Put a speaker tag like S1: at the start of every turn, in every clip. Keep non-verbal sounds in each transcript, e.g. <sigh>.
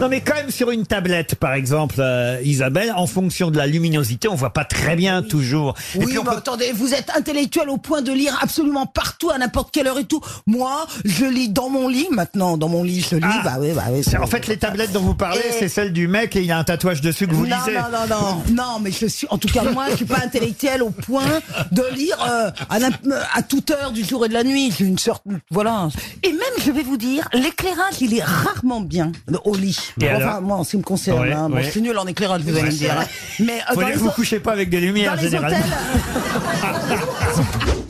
S1: Non mais quand même sur une tablette par exemple euh, Isabelle, en fonction de la luminosité, on voit pas très bien toujours. Et
S2: Oui, bah,
S1: puis on
S2: mais
S1: peut-
S2: attendez, vous êtes intellectuel au point de lire absolument partout, à n'importe quelle heure et tout. Moi, je lis dans mon lit maintenant, dans mon lit, je lis.
S1: Ah.
S2: bah oui, bah oui.
S1: C'est- En fait, les tablettes dont vous parlez,
S2: Et-
S1: c'est celle du mec et il a un tatouage dessus que vous
S2: Eh. non,
S1: lisez.
S2: non, non, non, non, mais je suis, en tout cas, moi, je suis pas intellectuel au point de lire euh, à, n'im- à toute heure du jour et de la nuit. J'ai une sorte, voilà. Et même, je vais vous dire, l'éclairage, il est rarement bien au lit.
S1: Et
S2: enfin,
S1: alors
S2: moi, en ce qui me concerne,
S1: Ouais,
S2: hein, bon,
S1: ouais.
S2: je suis nul en éclairage, vous allez me dire. hein. Mais euh,
S1: Faut
S2: dans
S1: dire
S2: les,
S1: que vous
S2: hô-
S1: couchez pas avec des
S2: dans
S1: lumières
S2: les
S1: généralement.
S2: hôtels,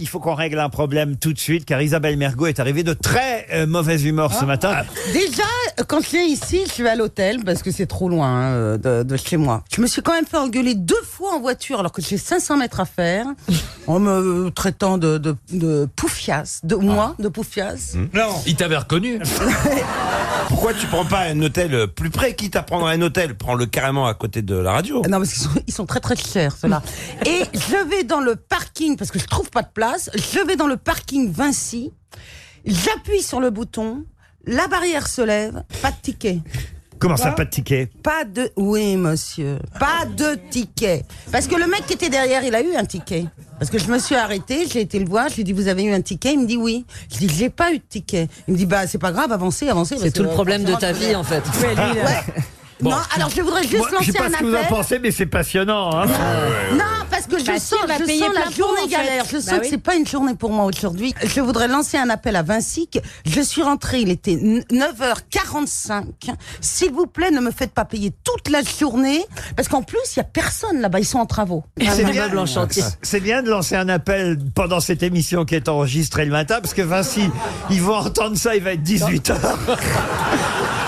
S1: Il faut qu'on règle un problème tout de suite car Isabelle Mergot est arrivée de très euh, mauvaise humeur
S2: Ah.
S1: ce matin.
S3: Déjà, quand je viens ici, je vais à l'hôtel parce que c'est trop loin hein, euh, de, de chez moi. Je me suis quand même fait engueuler deux fois en voiture alors que j'ai 500 mètres à faire en me traitant de, de, de poufias, de moi, de poufias.
S4: Il t'avait reconnu.
S5: Pourquoi tu prends pas un hôtel plus près Quitte à prendre un hôtel, prends-le carrément à côté de la radio.
S3: Ah Non, parce qu'ils sont, ils sont très très chers, ceux-là. Et je vais dans le parking, parce que je trouve pas de place, je vais dans le parking Vinci, j'appuie sur le bouton, la barrière se lève, pas de ticket.
S1: Comment
S2: Ah.
S1: ça, pas de ticket
S3: Pas de. Oui, monsieur. Pas de ticket. Parce que le mec qui était derrière, il a eu un ticket. Parce que je me suis arrêtée, j'ai été le voir, je lui ai dit Vous avez eu un ticket Il me dit Oui. Je dis J'ai pas eu de ticket. Il me dit Bah, c'est pas grave, avancez, avancez.
S6: C'est tout le problème de ta vie hein. en fait.
S3: Non, alors je voudrais juste
S1: Moi, Je sais
S3: lancer
S1: pas
S3: un
S1: ce que vous en
S3: appel.
S1: pensez, mais c'est passionnant. hein.
S3: Non, parce que je
S7: Bah, si,
S3: sens,
S7: on va
S3: je
S7: payer
S3: sens
S7: plein
S3: la
S7: pot,
S3: journée
S7: en fait.
S3: galère. Je sens
S7: Bah
S3: que
S7: oui.
S3: c'est pas une journée pour moi aujourd'hui. Je voudrais lancer un appel à Vinci. que Je suis rentrée, il était 9h45. S'il vous plaît, ne me faites pas payer toute la journée. Parce qu'en plus, il y a personne là-bas. Ils sont en travaux.
S7: Ah
S1: C'est
S6: Un
S1: bien-
S6: immeuble en chantier.
S1: C'est bien de lancer un appel pendant cette émission qui est enregistrée le matin, parce que Vinci, ils vont entendre ça, il va être 18h.
S7: <laughs>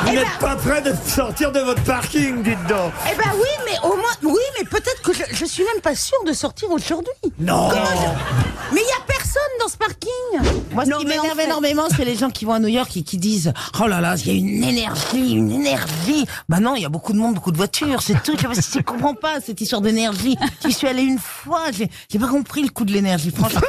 S7: Eh
S1: Vous n'êtes
S7: ben
S1: pas prêt de sortir de votre parking, dites donc.
S3: Eh ben oui, mais au moins, oui, mais peut-être que je, je suis même pas sûre de sortir aujourd'hui.
S1: Non
S3: Mais il y a personne dans ce parking.
S7: Moi, ce
S3: Non,
S7: qui
S3: mais en
S7: m'énerve
S3: fait-
S7: énormément, c'est les gens qui vont à New York et qui disent Oh là là, il y a une énergie, une énergie. Bah non, il y a beaucoup de monde, beaucoup de voitures, c'est tout. Je ne comprends pas cette histoire d'énergie. J'y suis allée une fois, j'ai j'ai pas compris le coup de l'énergie,
S8: <laughs>
S7: franchement.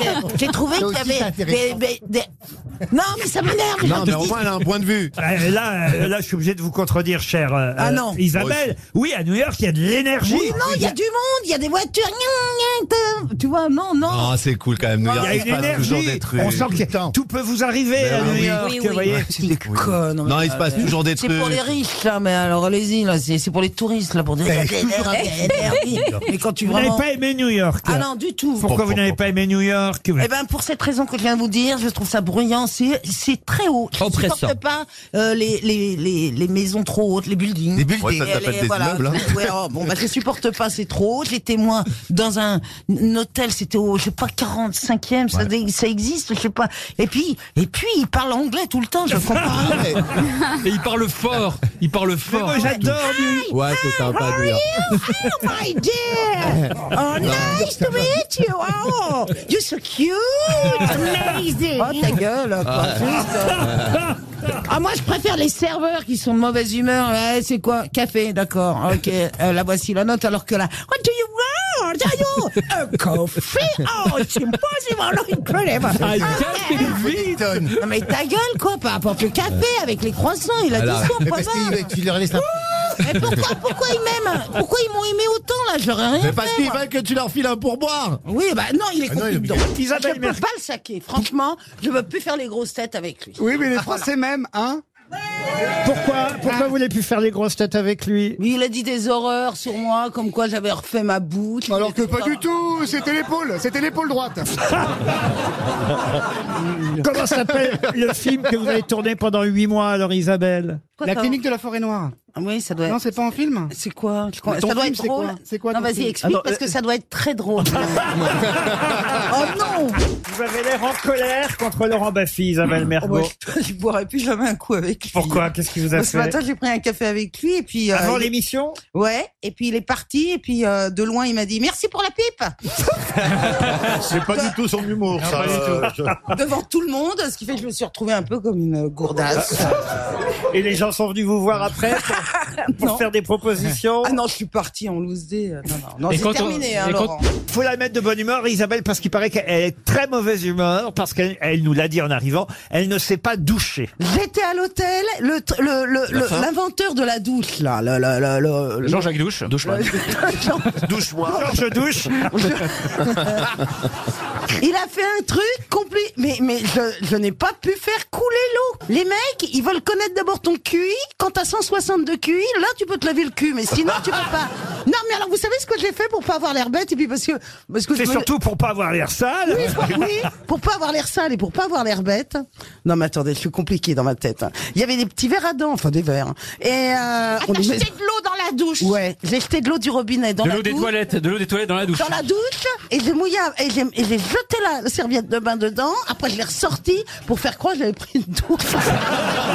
S7: J'ai- J'ai trouvé qu'il y avait. des- des- des- Non, mais ça m'énerve. les gens
S8: Non,
S7: qui
S8: mais au
S7: disent,
S8: moins, elle a un point de vue.
S1: Euh, Là, euh, là, je suis obligé de vous contredire, chère euh,
S2: Ah
S1: euh,
S2: non.
S1: Isabelle. Oui, à New York, il y a de l'énergie.
S7: Oui, non, il y a du monde, il y a des voitures. gna, gna, gna. Tu vois, non, non.
S4: Ah,
S8: Non, c'est cool quand même. New
S1: Il
S8: York,
S1: y a une
S8: se passe toujours
S1: énergie.
S8: des trucs.
S1: On sent
S8: Tout le
S1: que
S8: temps.
S1: tout peut vous arriver à
S8: Ben
S1: New
S8: oui.
S1: York,
S7: Ah Oui, oui.
S1: vous voyez.
S7: Tu déconnes.
S8: Non, euh, il se passe toujours des
S7: Euh, C'est
S8: trucs. Eh,
S7: pour les riches, là, mais alors allez-y, là, c'est c'est pour les touristes, là, pour dire. il y a de l'énergie, il y a de
S8: <laughs>
S7: l'énergie. Mais quand tu
S1: Vous n'avez
S7: vraiment.
S1: pas aimé New York.
S7: Ah non, du tout.
S1: Pourquoi vous n'avez pas aimé New York Vous-
S7: Eh ben pour cette raison que je viens de vous dire, je trouve ça bruyant, c'est c'est très haut. Je
S6: Oppressant.
S7: supporte pas euh, les, les, les, les maisons trop hautes, les buildings.
S8: Des buildings.
S7: Et
S8: Ouais, ça s'appelle
S7: les-
S8: des
S7: voilà.
S8: immeubles, hein.
S7: Ouais, oh, bon, bah, je supporte pas, c'est trop haut. J'étais moi dans un, un hôtel, c'était au, je sais pas, 45e, ça, dé- ça existe, je sais pas. Et puis, et puis, ils parlent anglais tout le temps, je comprends. rien.
S4: Et il parle fort. Il parle
S7: ben,
S1: Mais
S4: fort.
S1: moi, j'adore New
S8: Ouais, c'est sympa, New York.
S7: Oh my <laughs> dear! Oh, nice to meet you! Oh, you're so cute! <laughs> Amazing!
S3: Oh, ta gueule. quoi.
S7: Ah, moi, je préfère les serveurs qui sont de mauvaise humeur. Eh, c'est quoi? Café, d'accord. Ok, Euh, la voici la note, alors que là, what do you want? Are you a coffee? Oh, it's impossible! Oh, incredible! eh,
S4: Ah, il calme les vies.
S7: Non, mais ta gueule, quoi! Pas apporte le café avec les croissants, il a dit ça,
S8: Mais
S7: pas
S8: parce
S7: mal.
S8: qu'ils- tu leur laisses un-
S7: Mais pourquoi, pourquoi ils m'aiment? Pourquoi ils m'ont aimé autant, là? J'aurais rien
S8: Mais
S7: fait.
S8: parce qu'ils veulent que tu leur files un pourboire.
S7: Oui, bah non, il est
S8: Ah non,
S7: compris
S8: il est
S7: dedans.
S8: obligatoire.
S7: <laughs> Je
S1: Isabelle
S7: peux
S1: Mergo.
S7: pas le saquer. Franchement, je veux plus faire les grosses têtes avec lui.
S9: Oui, mais les Français même, hein
S1: Pourquoi Pourquoi vous voulez plus faire les grosses têtes avec lui
S7: Oui, il a dit des horreurs sur moi, comme quoi j'avais refait ma bouche.
S9: Alors que pas du tout, c'était l'épaule, c'était l'épaule droite.
S1: Comment s'appelle le film que vous avez tourné pendant huit mois, alors Isabelle
S7: Quoi,
S9: La
S7: t'as-
S9: clinique de la forêt noire.
S7: Ah Oui, ça doit
S9: Non,
S7: être.
S9: c'est pas en film
S7: C'est quoi Je crois-
S9: Mais
S7: Ça
S9: ton
S7: doit
S9: film,
S7: être
S9: c'est quoi
S7: drôle.
S9: C'est quoi
S7: Non,
S9: ton
S7: vas-y,
S9: film
S7: explique parce que ça doit être très drôle. oh non
S1: Vous avez l'air en colère contre Laurent Baffy, Isabelle
S7: Oh,
S1: Mergo.
S3: Je boirai plus jamais un coup avec lui.
S1: Pourquoi Qu'est-ce qui vous a
S3: Moi, Ce
S1: fait
S3: matin, j'ai pris un café avec lui et puis. euh,
S1: Avant
S3: il-
S1: l'émission
S3: Ouais, et puis il est parti et puis euh, de loin, il m'a dit merci pour la
S1: <laughs>
S3: pipe
S8: C'est pas du tout son humour, ça. Euh,
S3: devant tout le monde, ce
S1: <laughs>
S3: qui fait que je me suis retrouvée un peu comme une gourdasse.
S1: Et les gens sont venus vous voir après pour- <laughs> pour faire des propositions.
S7: Ah non, je suis parti en loose day. euh, Non, non, non
S1: Et
S7: c'est
S1: quand on-
S7: terminé,
S1: et
S7: hein,
S1: quand-
S7: Laurent.
S1: Faut la mettre de bonne humeur, Isabelle, parce qu'il paraît qu'elle est très mauvaise humeur, parce qu'elle elle nous l'a dit en arrivant, elle ne s'est pas douchée.
S7: J'étais à l'hôtel, le tr- le- le- le-
S1: fin.
S7: l'inventeur de la douche, là, le- le- le- le- le-
S4: Jean-Jacques Douche. Douche-moi.
S10: Douche-moi.
S1: Georges Douche.
S7: Il a fait un truc complet, mais, mais je, je n'ai pas pu faire couler l'eau. Les mecs, ils veulent connaître d'abord ton QI. Quand t'as 160 de QI, là, tu peux te laver le cul, mais sinon, tu peux
S1: <laughs>
S7: pas. Non, mais alors, vous savez ce que j'ai fait pour pas avoir l'air bête et puis parce que, parce que je
S1: C'est
S7: me-
S1: surtout pour pas avoir l'air sale.
S7: Oui,
S11: <laughs>
S7: pour, oui, pour pas avoir l'air sale et pour pas avoir l'air bête. Non, mais attendez, je suis compliqué dans ma tête. hein. Il y avait des petits verres à dents, enfin des verres. hein. Et euh, on les met-
S11: Ah, de l'eau dans la douche.
S7: Ouais, j'ai jeté de l'eau du robinet dans
S4: De
S7: la
S4: l'eau des
S7: douche.
S4: toilettes, de l'eau des toilettes dans la douche.
S7: dans la douche et j'ai mouillé et j'ai, et j'ai jeté la serviette de bain dedans. Après, je l'ai ressortie pour faire croire que j'avais pris une
S4: <laughs>
S7: douche.
S12: <laughs>